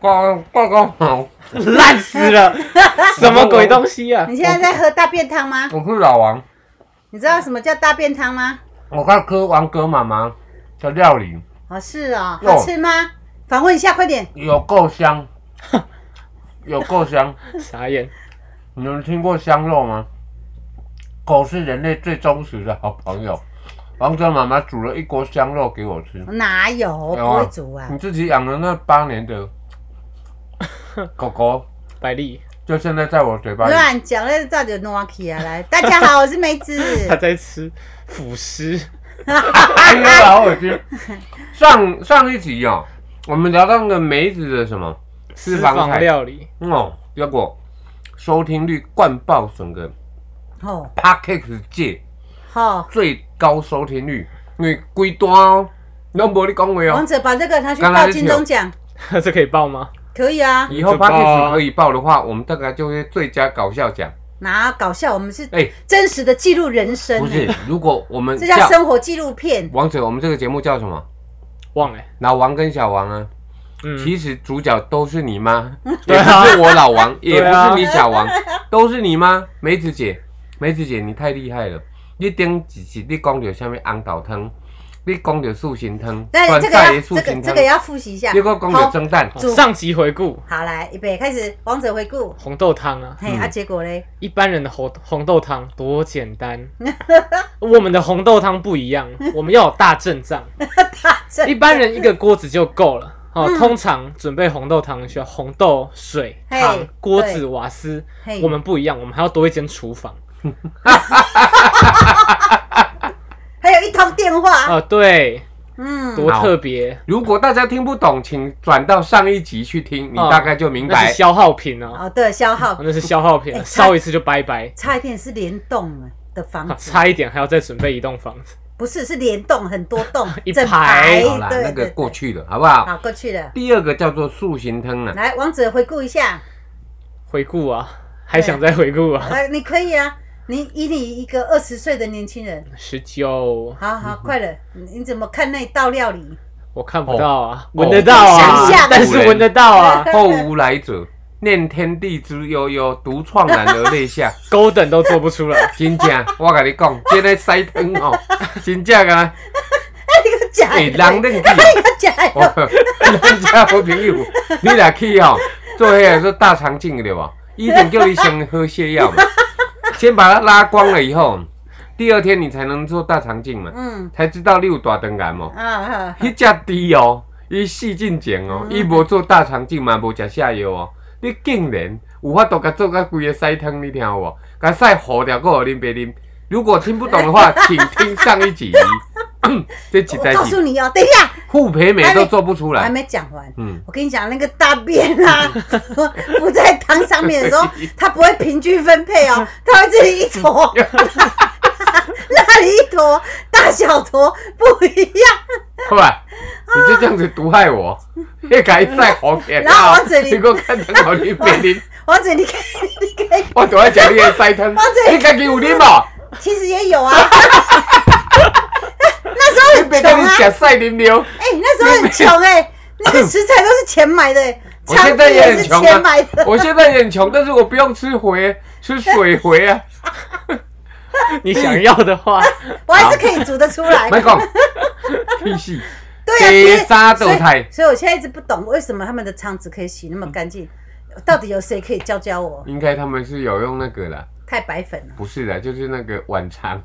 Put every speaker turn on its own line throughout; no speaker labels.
刚刚刚好，
烂死 了，什么鬼东西啊
你？现在在喝大便汤吗？
我是老王，
你知道什么叫大便汤吗？
我在吃王哥妈妈的料理，
哦，是哦，
哦
好吃吗？访问一下，快点。
有够 香，有够香。
傻眼，
你们听过香肉吗？狗是人类最忠实的好朋友。王者妈妈煮了一锅香肉给我吃。
哪有？我不会煮啊
你。自己养了那八年 的狗狗，
百丽，
就现在在我嘴 巴里。
乱讲，那到底有 n o k 啊？来， 大家好，我是梅子。
他在吃腐尸，
哎呀，好恶心！上上一集哦，我们聊到那个梅子的什么私
私
房
房
菜
料理，
哦，结果收听率灌爆整个
吼
p a r k e s 界
吼，
最高收听率，因为规单哦，拢无你讲话
王
哦。
者把这个拿去
刚才
报
是
金钟奖，
这可以报吗？
可以啊。
以后
就
p a r
报
k e
啊
s 可以报的话，我们大概就会最佳搞笑奖。
哪搞笑？我们是
哎
真实的记录人生、
不是，如果我们
这叫生活纪录片。
王者，我们这个节目叫什么？
忘了欸，
老王跟小王啊，
嗯，
其实主角都是你妈，也
对啊
不是我老王，也
对
不
啊
是你小王，都是你妈。梅子姐，梅子姐，你太厉害了！你顶几集，你讲着下面红豆汤，你讲着素心汤，
但这
酸
个
菜
要
的
这
素
个
心
这
汤
个，要复习一下。
你搁讲着
好，
蒸蛋，
好
煮
上集回顾
好来，预备开始，王者回顾。
红豆汤啊，
嘿，啊，结果嘞，
一般人的红红豆汤多简单，我们的红豆汤不一样，我们要有大阵仗。
他这
一般人一个锅子就够了。哦，
嗯
通常准备红豆汤需要红豆、水、
嘿
汤、锅子、
对
瓦斯。
嘿
我们不一样，我们还要多一间厨房。
还有一通电话，
哦，对，
啊嗯，
多特别。
如果大家听不懂，请转到上一集去听，你
哦
大概就明
那
白
是。消耗品哦，
哦，对，消耗
嗯
哦那是消耗品
哎，
烧一次就拜拜。
差一点是联动的房
啊
子，
差一点还要再准备一栋房子。
不是是联动很多 栋
一，
整
排
好啦，
哎对
那个
对
过
对
去了，好不好？
好过去了。
第二个叫做素心汤啊，
来，王者回顾一下，
回顾啊，还想再回顾
嗯
啊？
来，你可以啊，你以你一个二十岁的年轻人，
十九，
好好快了，你你怎么看那道料理？
我看
哦
不到啊，闻得到啊
想象，。
但是闻得到啊
后无来者，念天地之悠悠，独怆然而泪下。
Golden 都做不出来，
真正，我甲你讲， 这个西汤哦， 真正啊，
那个假
会
的，
人冷去。
那个 假
我
的，
咱遮哦好朋友，你若去哦，做迄个说大肠镜的对吧？医生叫你先喝泻药嘛， 先把它拉光了以后，第二天你才能做大肠镜嘛，
嗯
才知道你有大肠癌哦嘛。
啊 哈，
迄只猪哦，伊细进前
嗯
哦，伊无做大肠镜嘛，无食泻药哦，你竟然有法度甲做甲规个屎汤，你听有无？甲屎糊掉，搁互恁爸啉。如果听不懂的话， 请听上一集。嗯这几
我
代
告诉
集
你哦，等一下
护培美都做不出
还
来，
没讲完。
嗯。
我跟你讲，那个大 便啊，不在汤上面的时候，它不会平均分 配哦，它会这里一坨，那里一坨，大小坨不一样。
好吧，你就这样子毒害我，你改再好点
然后我嘴里
你给我看成好你别啉，
王子，你看，你看，
我都要讲你的塞汤
我，嘴
你家己有啉哦 无？
其实也 有啊。那时候
别
很
跟
穷
你
啊，
讲塞啉流，
哎、那时候很穷哎、那个食材都是钱买的、欸，
我现在
餐具
也很
是
穷
钱买
啊
的，，
我现在也很穷，但是我不用吃回，吃水回 啊。
你想要的话，
我还是可以煮得 出来。
别 讲，屁事，
对啊，因为
第三道菜
所以所以我现在一直不懂为什么他们的肠子可以洗那么干净，到底有谁可以教教我？
应该他们是有用那个啦，
太白粉了，
不是啦，就是那个晚餐。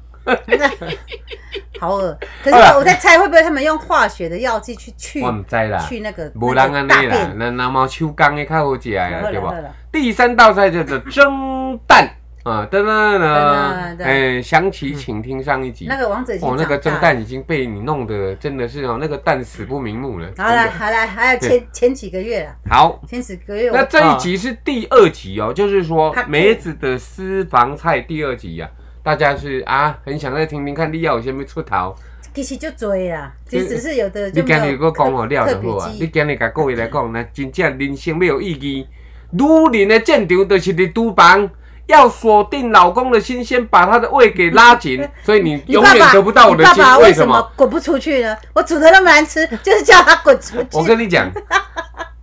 好恶。可是
好啦
我在猜会不会他们用化学的药剂去去
我唔知道啦，
去那个
无
那
人
个
安
大
尼啦，
便？
那那么手工的较好食
好
啦，
啦
对吧
好啦？
第三道菜叫做蒸蛋啊，噔噔噔，
噔嗯
哎，详情请听上一集
那。个王者已经
哦，那个
长
蒸
大了。
蛋已经被你弄得真的是哦，那个蛋死不瞑目了。
好
真
了
的
好了，还有前前几个月了，
好，
前几个月
那
我
这一集是第二集哦，就是说
Part two
梅子的私房菜第二集呀、啊，大家是啊很想再听听看，你要有什么出头？
其实就追啦，
这
其实是有的
你
就没
今日
有
个
特
讲好了
特
就
别
好啊！
记
你
忆。
今日甲各位来讲，那真正人生要有意义。女人的见长就是在厨房，要锁定老公的心，先把他的胃给拉 紧，所以你
你
永
爸
远
爸
得不到我的
你爸
心
爸。
为
什
什么？
滚不出去呢？我煮的那么难吃，就是叫他滚出去。
我跟你讲，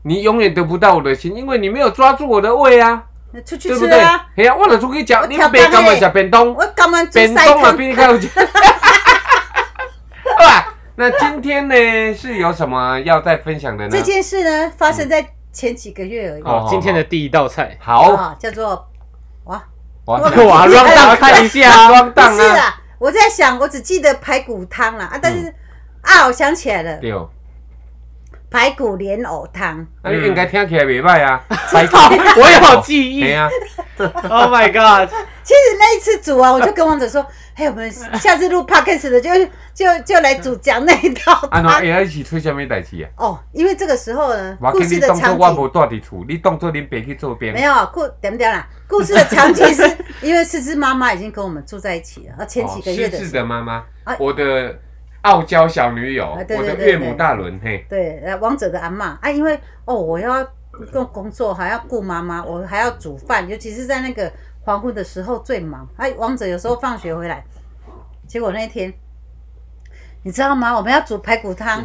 你永远得不到我的心，因为你没有抓住我的胃啊，
那出去
对
吃
不对
啊！？
嘿呀，我了出去吃，你
跳
别
江
干嘛
嘞
吃便当，
我甘愿吃
便
西
当啊
餐
比你还有吃。 好吧，那今天呢是有什么要再分享的呢
这？件事呢，发生在前几个月而已。
哦
好，今天的第一道 菜，
好，
啊，叫做哇，
我
哇，让大家看一下啊！
当
不
当
是
啊，嗯
啊，我在想，我只记得排骨汤啦啊，但是、啊，我想起来了，
对，哦
嗯
排骨莲藕汤，
那你应该听起来袂歹 啊，排骨
好，我有记忆
嘿。啊，
Oh my god！
其实那一次 煮啊，我就跟王者说，哎，我们下次录 podcast 的就就就来煮讲那一道
安
汤、
怎会一起出什么代志啊？
哦，因为这个时候呢，
哎我
故
跟你
事的
当作
场
我
景
无住伫厝，你当作恁爸去做
没
兵。
有啊故点点啦，故事的场景是 因为思思妈妈已经跟我们住在一起了，啊，前几个月的
哦失智
时
的妈妈
哎，
我的傲娇小女友，
啊
我
对对
的
对
岳母大伦，嘿，
对，呃，王者的阿嬷啊，因为哦，我要工工作，还要顾妈妈，我还要煮饭，尤其是在那个黄昏的时候最忙。哎、王者有时候放学回来，结果那天，你知道吗？我们要煮排骨汤，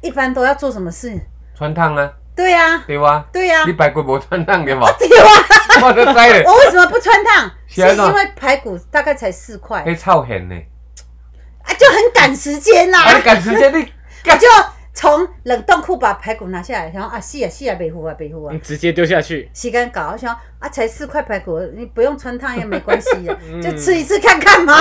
一般都要做什么事？
穿烫啊，
对呀、啊，
对哇，
对呀、啊
你，排骨无穿烫的嘛，
对呀、
我都知了，
我为什么不穿烫？
是
是
啊那
因为排骨大概才四块，
迄臭hen 呢？
啊，就很赶时间啦、
啊，你赶时间 你，
我就从冷冻库把排骨拿下来，然后啊，是啊是啊，北湖啊北湖啊
你，直接丢下去，
洗干搞，我想啊，才四块排骨，你不用穿烫也没关系 的，
嗯
就吃一次看看嘛。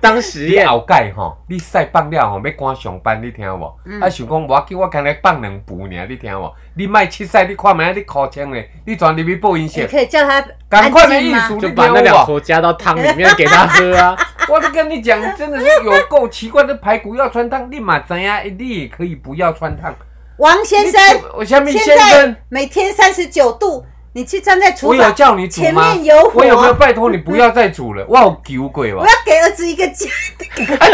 当实
你
验。
后盖吼，你晒放了吼，要赶上班，你听无？
嗯
啊，想讲无要紧，我刚才放两步尔，你听无？你卖七晒，你看明你哭青咧，你全入去报音
你
社，
可以叫他
赶
安
快的
静
艺
吗
术，？你
就
听
把那两
我。
坨加到汤里面给他喝 啊！
我都跟你讲，真的是有够奇怪的排骨要穿烫，立马怎样？欸你也可以不要穿烫。
王先生，
你我下面
现
先生
在，每天三十九度，你去站在厨
我有
房，
叫你煮
前
吗？
面有火
我有没有拜托你不要再煮了？我有求过
我
吧？
要给儿子一个家。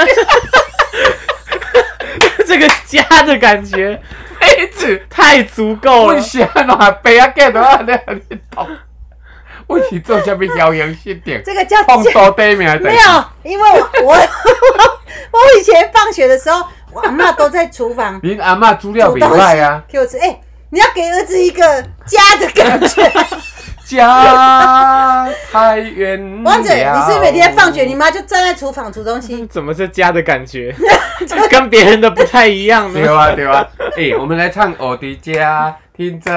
这个家的感 觉
杯子，
太足够
我
了。
是安怎杯啊盖到啊那里头？我是做啥物谣言失点？
这个叫
放多底面的
没有，因为我我 我以前放学的时候，我阿妈都在厨房
恁阿嬷资料
煮
袂
东西
歹 啊，
给我吃。哎，你要给儿子一个家的感 觉。
家太远了。
王子，你是不是每天放学，你妈就站在厨房煮东西？
怎么这家的感 觉跟别人的不太一样
对
呢？
啊，对啊。哎、我们来唱《我的家》，听真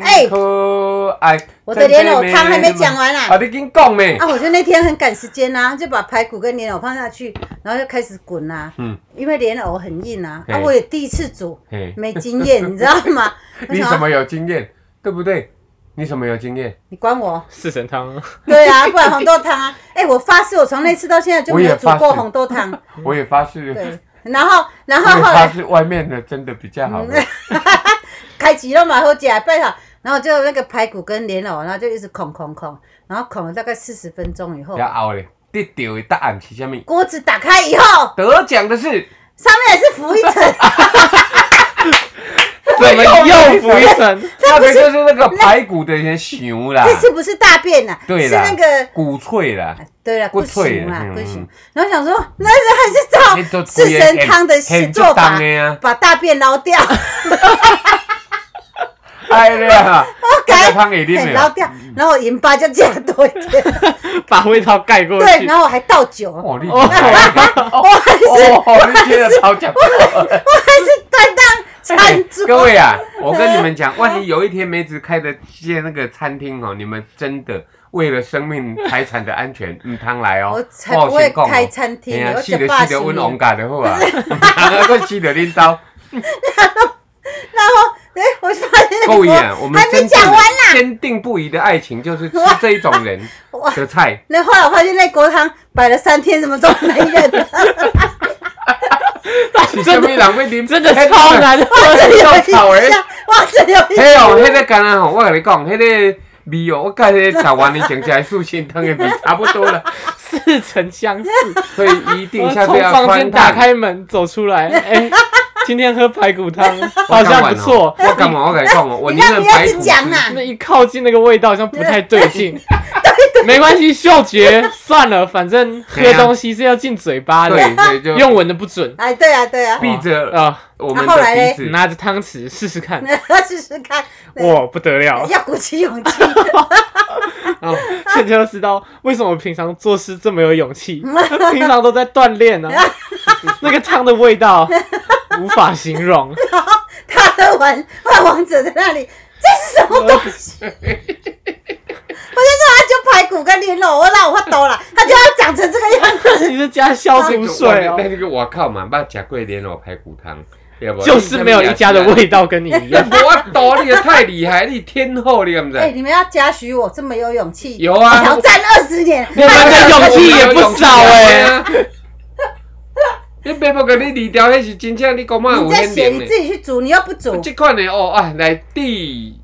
哎
哎
可爱。
我的莲藕汤还没讲完啊
啊，你紧讲咩
啊，？我就那天很赶时间呐、就把排骨跟莲藕放下去，然后就开始滚呐、
嗯，
因为莲藕很硬啊，啊
嘿，
我也第一次煮，
嘿，
没 经验，你知道吗？我
你
想
什
说
么有经验？对不对？你什么有经验？
你管我？
四神 汤，
对啊，不然红豆 汤啊！哎、我发誓，我从那次到现在就没
我
有
也
煮
发
过
誓
红豆汤。
我也发誓，
嗯对，然后，然
我
后
也
后
发
来
誓，外面的真的比较 好。
开启了嘛，后假拜好，然后就那个排骨跟莲藕，然后就一直孔孔孔，然后孔了大概四十分钟以后，
要熬嘞，得到的答案是什么？
锅子打开以后，
得奖的是
上面也是浮一层。
怎么又浮一层？
那个就是那个排骨的人熊啦，
这次不是大便呐、
对
是
啦
那个，
骨脆 啦，
对了，
骨
不
脆
行啦
嗯，
不行。然后想说，那
那
是还是
就
照四神汤的
哎很很
做
很
法
重的啊，
把大便捞掉，
哎呀，那
哦改
个汤给 你没有嗯
捞？掉，然后盐巴就加多一 点，
把味道盖过
对，
去
然。后我还倒酒，我
哦，你
哦
哦，
还是
哦，你觉得超讲究。
还是担当餐桌。
各位啊，我跟你们
嗯
讲，万一有一天梅子开的些那个餐厅哦，你们真的为了生命财产的安全，唔通来哦。
我才不会开餐
哎
厅
呀，
我
死
吃
得
霸
死
行
得温王
然
家就好 啊， 啊，个死得恁兜。
后，哎，我发现
各位啊，我们
还没
真正
讲
的
完，
坚定不移的爱情就是吃这一种人
哇
的 菜。
那后来我发现那锅汤摆了三天，怎么都没人。 哦
是什么人会啉？
真的超 难喝，
哇， 这里有
笑草欸
一下，哇，这里有一
嘿
下
哦，迄个干啊吼，我甲你讲，迄个味哦，我甲迄个十万年前吃的素心汤的味差不多了，
似曾相识。
所以一定
我
下
从
次要
房
宽
间打
大。
开门走出来，哎，今天喝排骨 汤好像不错。
我干嘛？我跟你讲哦，我
你
宁
让
愿
不要
白
一直
骨
讲
吃。
啊
那！一靠近那个味道好像不太对劲，
对
没关系，嗅觉算了，反正喝东西是要进嘴巴的，
对，所以就
用闻的不准
哎，对 啊，对啊，
闭着
啊、
我们
啊后来
的鼻
嘞
子，
拿着汤匙试试看，
那试试看，
哇，不得了！
要鼓起勇气。
哦，这就知道为什么平常做事这么有勇气，平常都在锻炼呢。那个汤的味道无法形容，
他喝完，换王者在那里，这是什么东 西？我就说他就排骨跟莲藕，我让我抖了，他就要长成这个样子。
你是加消毒水哦，
那个我靠嘛，捌食过莲哦藕排骨汤，对不
就是没有一家的
啊
味道跟你一样。
我倒你也太厉害，你天后你敢不知？
哎、你们要嘉许我这么有勇气，
有啊
挑战二十年，
我们的勇气也不少哎、
欸 你爸母甲你离掉，迄是真正你讲嘛有啊
你在
天
写
灵
你自己去煮，你又不煮。
这款的哦啊，来第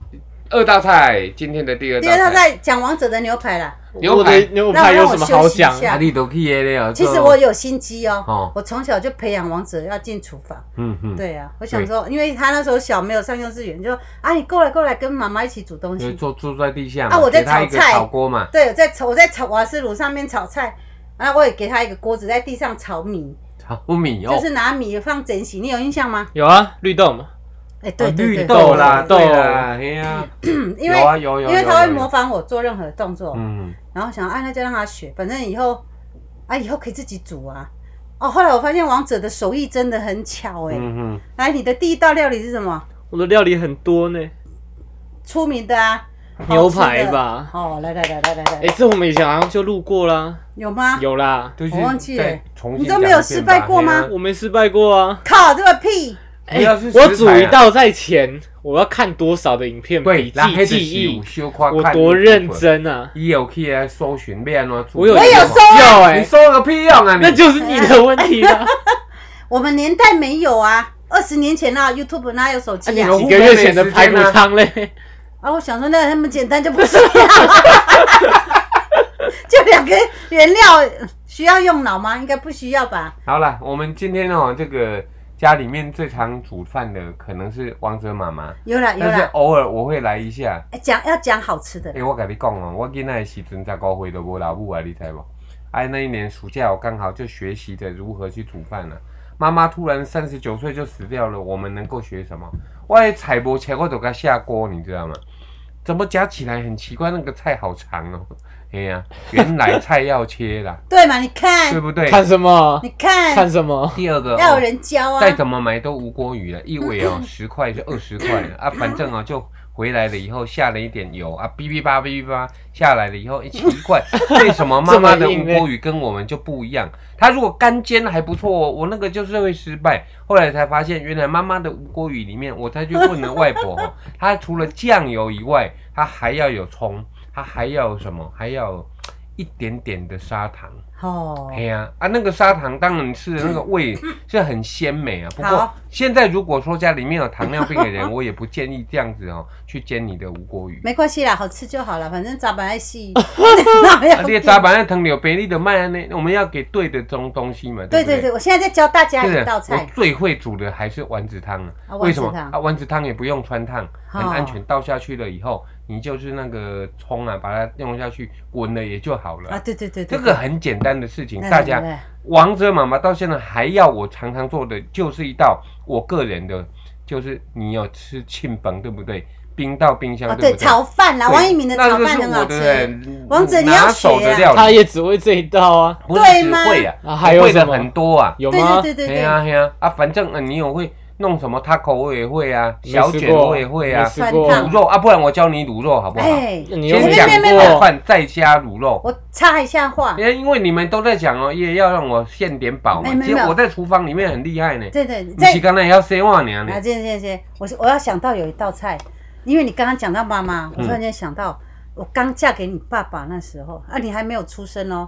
二道菜，今天的第二
第二
道
套
菜，
在讲王者的牛排啦，
牛
我
排
的牛排有什么好讲？
那
啊，你都去的了。
其实我，有心机哦，
哦
我从小就培养王者要进厨房。
嗯嗯，
对啊，我想说，因为他那时候小没有上幼稚园，就啊你过来过来跟妈妈一起煮东
因为
西。
坐坐在地下嘛，
啊我在
给他一个
炒菜
炒锅嘛，
对，我在炒我在炒瓦斯炉上面炒菜，然后我也给他一个锅子在地上炒米，
炒米哦
就，是拿米放整齐，你有印象吗？
有啊，绿豆嘛，
哎、对
哦
对对，
绿豆啦，
绿豆
对啦，嘿呀，
嗯因
有
为、
啊有有，
因为
有
他会
有
模仿我做任何动作，
嗯，
然后想啊那就让他学，反正以后啊以后可以自己煮啊。哦，后来我发现王者的手艺真的很巧哎、
嗯嗯，
来，你的第一道料理是什么？
我的料理很多呢，
出名的啊，
牛排
好
吧。
吃的。哦，来来来来来来，
哎、这我们以前好像就路过啦，
有吗？
有啦，
就是
我忘记了
再重新
你都没有
讲一遍
失败
吧
过
嘿呀
吗
我没失败过啊。
靠，这个屁！
哎、
不要是食材啊
我煮一道在前，我要看多少的影片
对
笔，
那
记
黑的
记
是
忆
有，小夸
我多认，真啊！
伊有去来搜寻要安怎做，
我有
我
研
有
究
搜欸
有哎、
啊你搜个屁用啊你！
那就是你的问题啊 了。
我们年代没有啊，二十年前啊，YouTube 哪有手机啊？
啊你
几个月前的排骨汤嘞，
啊，我想说那那么简单就不是了， 就两个原料需要用脑吗？应该不需要吧？
好了，我们今天哦，这个家里面最常煮饭的可能是王者妈妈，
有啦有
但是
啦，
偶尔我会来一下。
哎讲要讲好吃的
哎、，我跟你讲哦，我囡仔的时阵十五岁都无老母啊，你知无？哎、那一年暑假我刚好就学习着如何去煮饭了、啊妈妈突然三十九岁就死掉了，我们能够学什么？我的菜无切，我都给它下锅，你知道吗？怎么夹起来很奇怪？那个菜好长哦。 哎呀、原来菜要切 啦，
对嘛？你看
对不 对？
看什么？
你看
看，什么？
第二个、哦，
哎要有人教啊，
再怎么买都无锅鱼了，一尾哦十块就二十块了啊，反正哦就回来了以后下了一点油啊，哔哔叭哔哔叭下来了以后，哎、奇怪，为什么妈妈的无锅鱼跟我们就不一样？它如果干煎还不错哦，我那个就是会失败。后来才发现，原来妈妈的无锅鱼里面，我才去问了外婆哦，它除了酱油以外，它还要有葱，它还要有什么？还要有一点点的砂糖。
哦，
哎呀啊，那个砂糖当然吃的那个味是很鲜美啊。不过
嗯好
现在如果说家里面有糖尿病的 人，我也不建议这样子哦去煎你的无锅鱼。
没关系啦，好吃就好了，反正杂本 爱细，哪
啊，你
有
的杂板的糖尿病，你的卖呢？我们要给对的中东西嘛，
对
不
对对，我现在在教大家
对
一
的
道
我
菜，
最会煮的还是丸子汤啊
啊丸子
为什么
汤
啊？丸子汤也不用穿烫，很
哦
安全。倒下去了以后，你就是那个葱啊，把它用下去滚了也就好
啊，
了。
对对对
这
对，
个很简单的事情，
对
大家
对对对
王者妈妈到现在还要我常常做的就是一道我个人的，就是你有吃庆本对不对？冰到冰箱、
哦
对
对
不对？
炒饭啦，
对
王一鸣的炒饭很好
那这是我
吃，
的嗯
王者你要啊
拿手的料理，
他也只会这一道啊，
我只
对吗
会啊，
啊还有
我会的
什么
很多啊，
有
对
吗？
对对对
嘿
对。
呀嘿呀啊，反正、呃、你有会弄什么 taco 我也会啊，
没
小
吃
卷
过
我也会啊
没，吃过
蒜烫
卤肉啊，不然我教你卤肉好不好？
哎，
你有
先
没
讲
讲
没有没
过
过？
饭，再加卤肉。
我插一下话，
因为因为你们都在讲哦，也要让我现点饱嘛
哎。没有
其实
没有
我在厨房里面很厉害呢。
对对，你
你
在
是刚才要洗碗呢？
啊，这这这，我是我要想到有一道菜，因为你刚刚讲到妈妈，我突然间想到，
嗯
我刚嫁给你爸爸那时候啊，你还没有出生哦，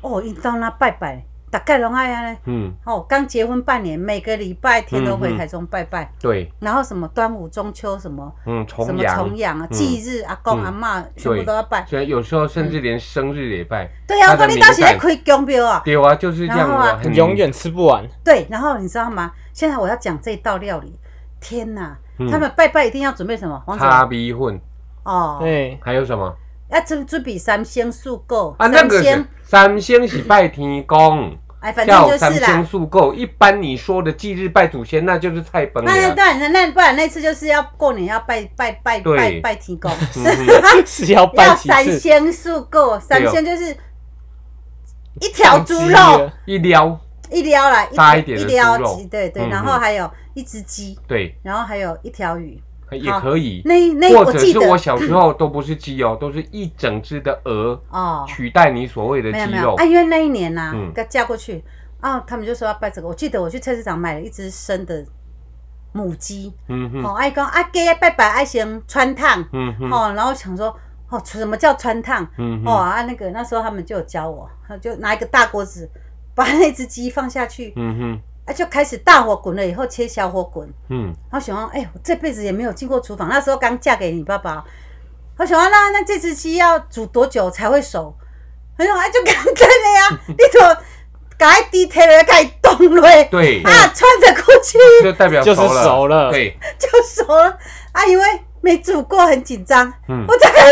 哦，一到那拜拜，大概拢爱安尼，
嗯，
哦，刚结婚半年，每个礼拜天都回台中拜拜，
对，
然后什么端午、中秋什么
嗯，
什
重
么
阳，
重阳啊，
嗯
忌日、阿公
嗯
阿妈全部都要拜，
所以有时候甚至连生日也拜。
对啊，
他的
我讲你到时在
敏
开公庙啊，
对啊，就是这样
然后
啊
啊，
很
永远吃不完，
对，然后你知道吗？现在我要讲这道料理，天哪！
嗯
他们拜拜一定要准备什么？王者
叉逼混，
哦，
对，
还有什么？
啊，准准备三星素果，
啊，那个
三星
是，三星是拜天公，
哎，反正
叫
就
三
是
星
啦。
素够。一般你说的祭日拜祖先，那就是菜崩了
那
啊。
那那那不然那次就是要过年要拜拜拜
对嗯
拜拜提供，
是要拜
啊要
几
三
次？
鲜素够，三鲜就是一条猪
上鸡
肉
了，
一撩，
一撩啦，
啊大一
一
点
一
的
撩
猪肉
鸡，对对，
嗯
然后还有一只鸡，
对，
然后还有一条鱼。
也可以。
那那
或
我
者
记
是
得嗯
我小时候都不是鸡哦，都是一整只的鹅
哦，
取代你所谓的
没有
鸡
没有
肉
啊，。因为那一年呐
嗯，
刚嫁过去啊，他们就说要拜这个。我记得我去菜市场买了一只生的母鸡，
嗯哼，
哦，爱讲啊，给拜拜爱先穿烫，
嗯哼，
哦，然后想说，哦，什么叫穿烫？
嗯
哦
哼，
啊，那个那时候他们就有教我，他就拿一个大锅子，把那只鸡放下去，
嗯哼，
啊，就开始大火滚了，以后切小火滚。
嗯，
然后想说，哎、我这辈子也没有进过厨房，那时候刚嫁给你爸爸。我想说，那那这只鸡要煮多久才会熟？他说，哎，就简单 的呀，你就把它低提了，给它冻落，啊，
对，
穿着过去
就代表
就是
了，
熟了
对，
就熟了。啊，因为没煮过，很紧张，
嗯，
我大概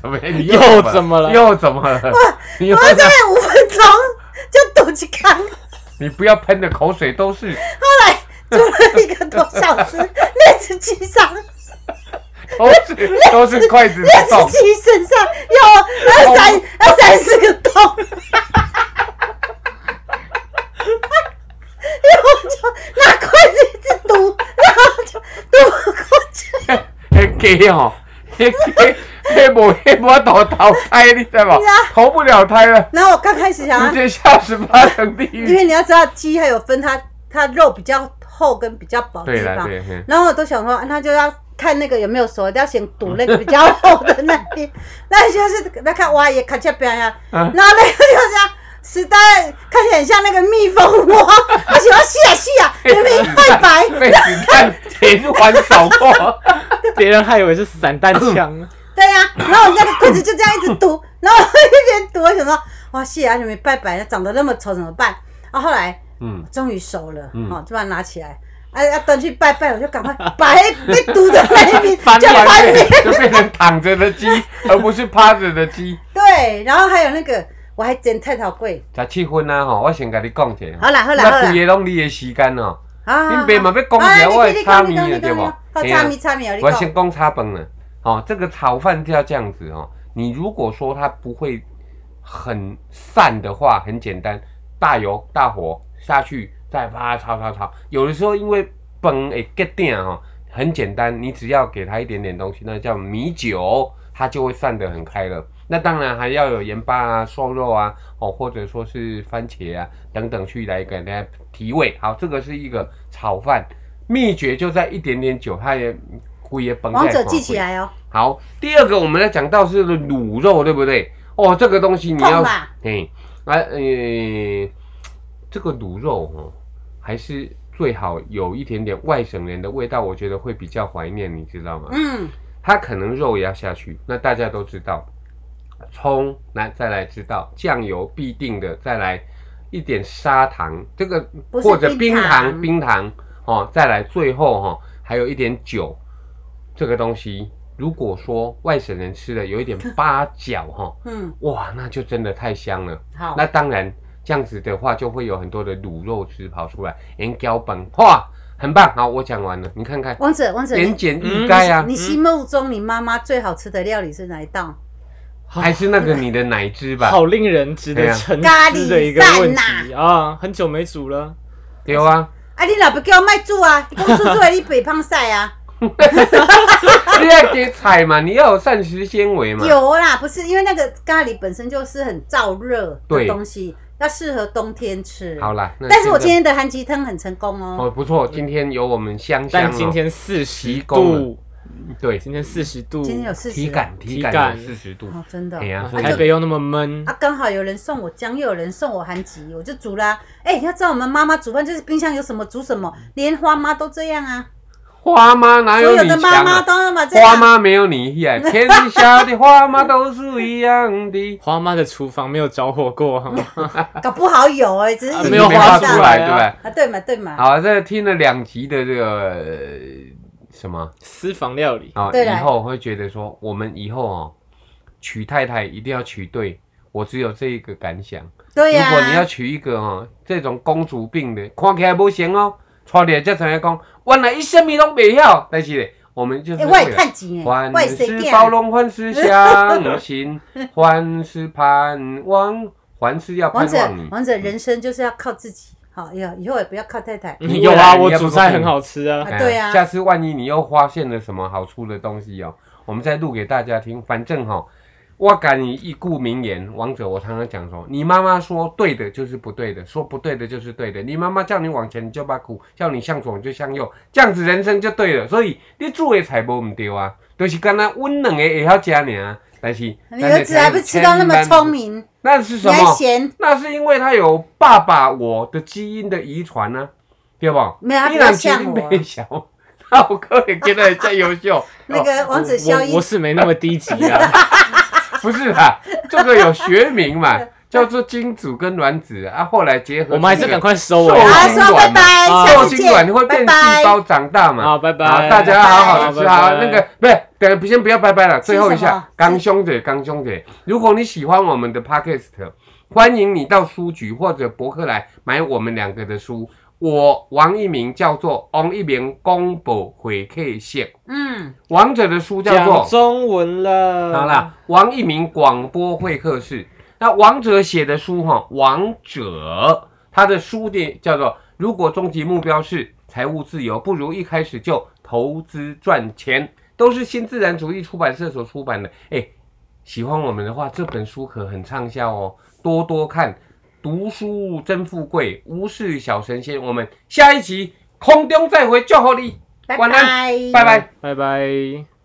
怎 么你
又怎么了
又怎么了？你又
我大概五分钟就抖起缸。
你不要喷的口水都是，
煮了一个多 小时，那只鸡上，
都是都是筷子的
那
洞
只。鸡身上有二三二三四个洞，然后就拿筷子一直堵，然后就堵不过去。
迄鸡哦，迄鸡迄无迄无法度投胎，你知道吗
啊？
投不了胎了，
然后我刚开始想
直
要，
接下十八层地
因
狱。
为你要知道鸡还有分它它肉比较厚跟比较薄的
对
地
啦，
方，
对，嘿
然后我都想说，啊那就要看那个有没有熟，要先堵那个比较厚的那边。 那就是那看哇也看起来不一样，啊然后那个就是啊实在看起来很像那个蜜蜂窝，我喜欢吸啊吸啊，明明太白，
被子弹连环扫 过，
别人还以为是散弹 枪，
对呀、然后我那个棍子就这样一直堵，然后我一边堵，我想说哇谢啊，你们拜拜，长得那么丑怎么办？啊然后后来
嗯，
终于熟了，
嗯
哦，就把它拿起来。哎、啊，要端去拜拜，我就 赶快把那被堵的那一边就
翻
翻
脸
脸，
就变成躺着的鸡，而不是趴着的鸡。
对，然后还有那个，我还剪菜头粿。
十七分啊吼，我先甲你讲者，
好啦好啦好
那
啦
规，个拢你的时间哦。
啊
恁爸嘛要讲一下我的炒面的对不
好，
嘿啊
炒面炒面，
我
你
先讲
讲。
炒饭了，哦，这个炒饭就要这样子哦。你如果说它不会很散的话，很简单，大油大火下去，再啪炒炒炒。有的时候因为本诶结定哦，很简单，你只要给它一点点东西，那叫米酒，它就会散得很开了。那当然还要有盐巴啊、瘦肉啊，哦，或者说是番茄啊等等去来给它提味。好，这个是一个炒饭，秘诀就在一点点酒，它也故意崩。
王者记起来哦，
好，第二个我们要讲到是卤肉，对不对？哦，这个东西你要
痛，吧？
哎，啊，呃，这个卤肉哦，还是最好有一点点外省人的味道，我觉得会比较怀念，你知道吗？
嗯，
它可能肉也要下去，那大家都知道，葱来再来知道，酱油必定的，再来一点砂糖，这个
不是
或者
冰
冰
糖
糖冰糖哦，再来最后哈、哦、还有一点酒，这个东西如果说外省人吃的有一点八角哈、哦，
嗯，
哇，那就真的太香了。
好。
那当然，这样子的话就会有很多的卤肉汁跑出来，连胶本哇，很棒。好，我讲完了，你看看，
王者王者，
言
你
简意赅啊。
嗯你心目中你妈妈最好吃的料理是哪一道？
还是那个你的奶汁吧？啊
好令人值得沉思的一个问题啊！很久没煮了，
有啊，
啊，你老不叫我卖煮啊，你讲煮出来你北胖晒啊？
你要给菜嘛，你要有膳食纤维嘛。
有啦，不是因为那个咖喱本身就是很燥热的
对
东西，要适合冬天吃。
好啦，那
但是我
现
今
在
天的韩吉汤很成功哦。
哦不错，今天有我们香香、哦，
但今天四十
提供
度，
对
今天四十度，
今天有四十，
体感体
体感
感有四十度，
哦，真的哦。
哎呀
啊
所以
台北又那么闷，。
啊，刚好有人送我姜，又有人送我韩吉，我就煮啦、哎、你要知道我们妈妈煮饭就是冰箱有什么煮什么，连花妈都这样啊，
花妈哪
所
有
有
你
的
强
妈妈
啊？
都那么这
花
样。
妈没有你厉害， 天下的花妈都是一样的
花妈的厨房没有着火过哈。
搞不好有哎、只是
啊
一 直
没有
不知
花
道
出来，
出
对
来
吧？
啊，对嘛对嘛，
好，这听了两集的这个呃什么
私房料理，
啊？
对
以
啦
后会觉得说，我们以后哦，娶太太一定要娶对。我只有这一个感想。
对啊
如果你要
呀、
娶一个哦，这种公主病的，看起来不行哦，娶了才才讲，原来伊什么都袂晓，但是呢，我们就是
诶，哎我
为
也
了
看钱诶，我
万
也随
事
便。啊
包容，万事相信，万事盼望，凡事要
王
盼
者
望你。
王者人生就是要靠自己，好，以后以后也不要靠太太。
你
有
未
啊，
来
我
你要
煮
不
菜
是
很好吃啊。
啊对啊
下次万一你又发现了什么好处的东西哦，我们再录给大家听。反正哈、我敢以一顾名言，王者，我常常讲说，你妈妈说对的就是不对的，说不对的就是对的。你妈妈叫你往前，你就把苦；叫你向左，你就向右，这样子人生就对了。所以你做的菜无唔对啊，就是干那温冷的也要加尔。但是
你儿子还不吃到那么聪，明，
那是什
你还
么？
嫌
那是因为他有爸爸我的基因的遗传呢、对吧？
没有他比
依
较
然
像我。
没小， 那我个人觉得人家优秀
那个王子消
我
音
我，是没那么低级 啊，
哦不是啦，这个有学名嘛，叫做精子跟卵子啊，后来结合。
我们还是赶快收 尾
我
啊，
我
说拜拜，
我
下
受哦
次
精
见
卵，会变
拜
细
拜。
胞长大嘛？
好拜拜
好大家好好的吃
拜
好
拜
那个，不是，等先不要拜拜了，最后一
吃什么
下，刚兄姐，刚兄姐，如果你喜欢我们的 podcast，欢迎你到书局或者博客来买我们两个的书。我王一鸣叫做王一鸣公布回客线，
嗯，
王者的书叫做
讲中文了。
好啦，王一鸣广播会客室。那王者写的书哈，王者他的书店叫做《如果终极目标是财务自由，不如一开始就投资赚钱》，都是新自然主义出版社所出版的。哎，喜欢我们的话，这本书可很畅销哦，多多看。读书真富贵，无事小神仙。我们下一集空中再会，祝福你，
拜
晚安
拜，
拜拜。
拜拜。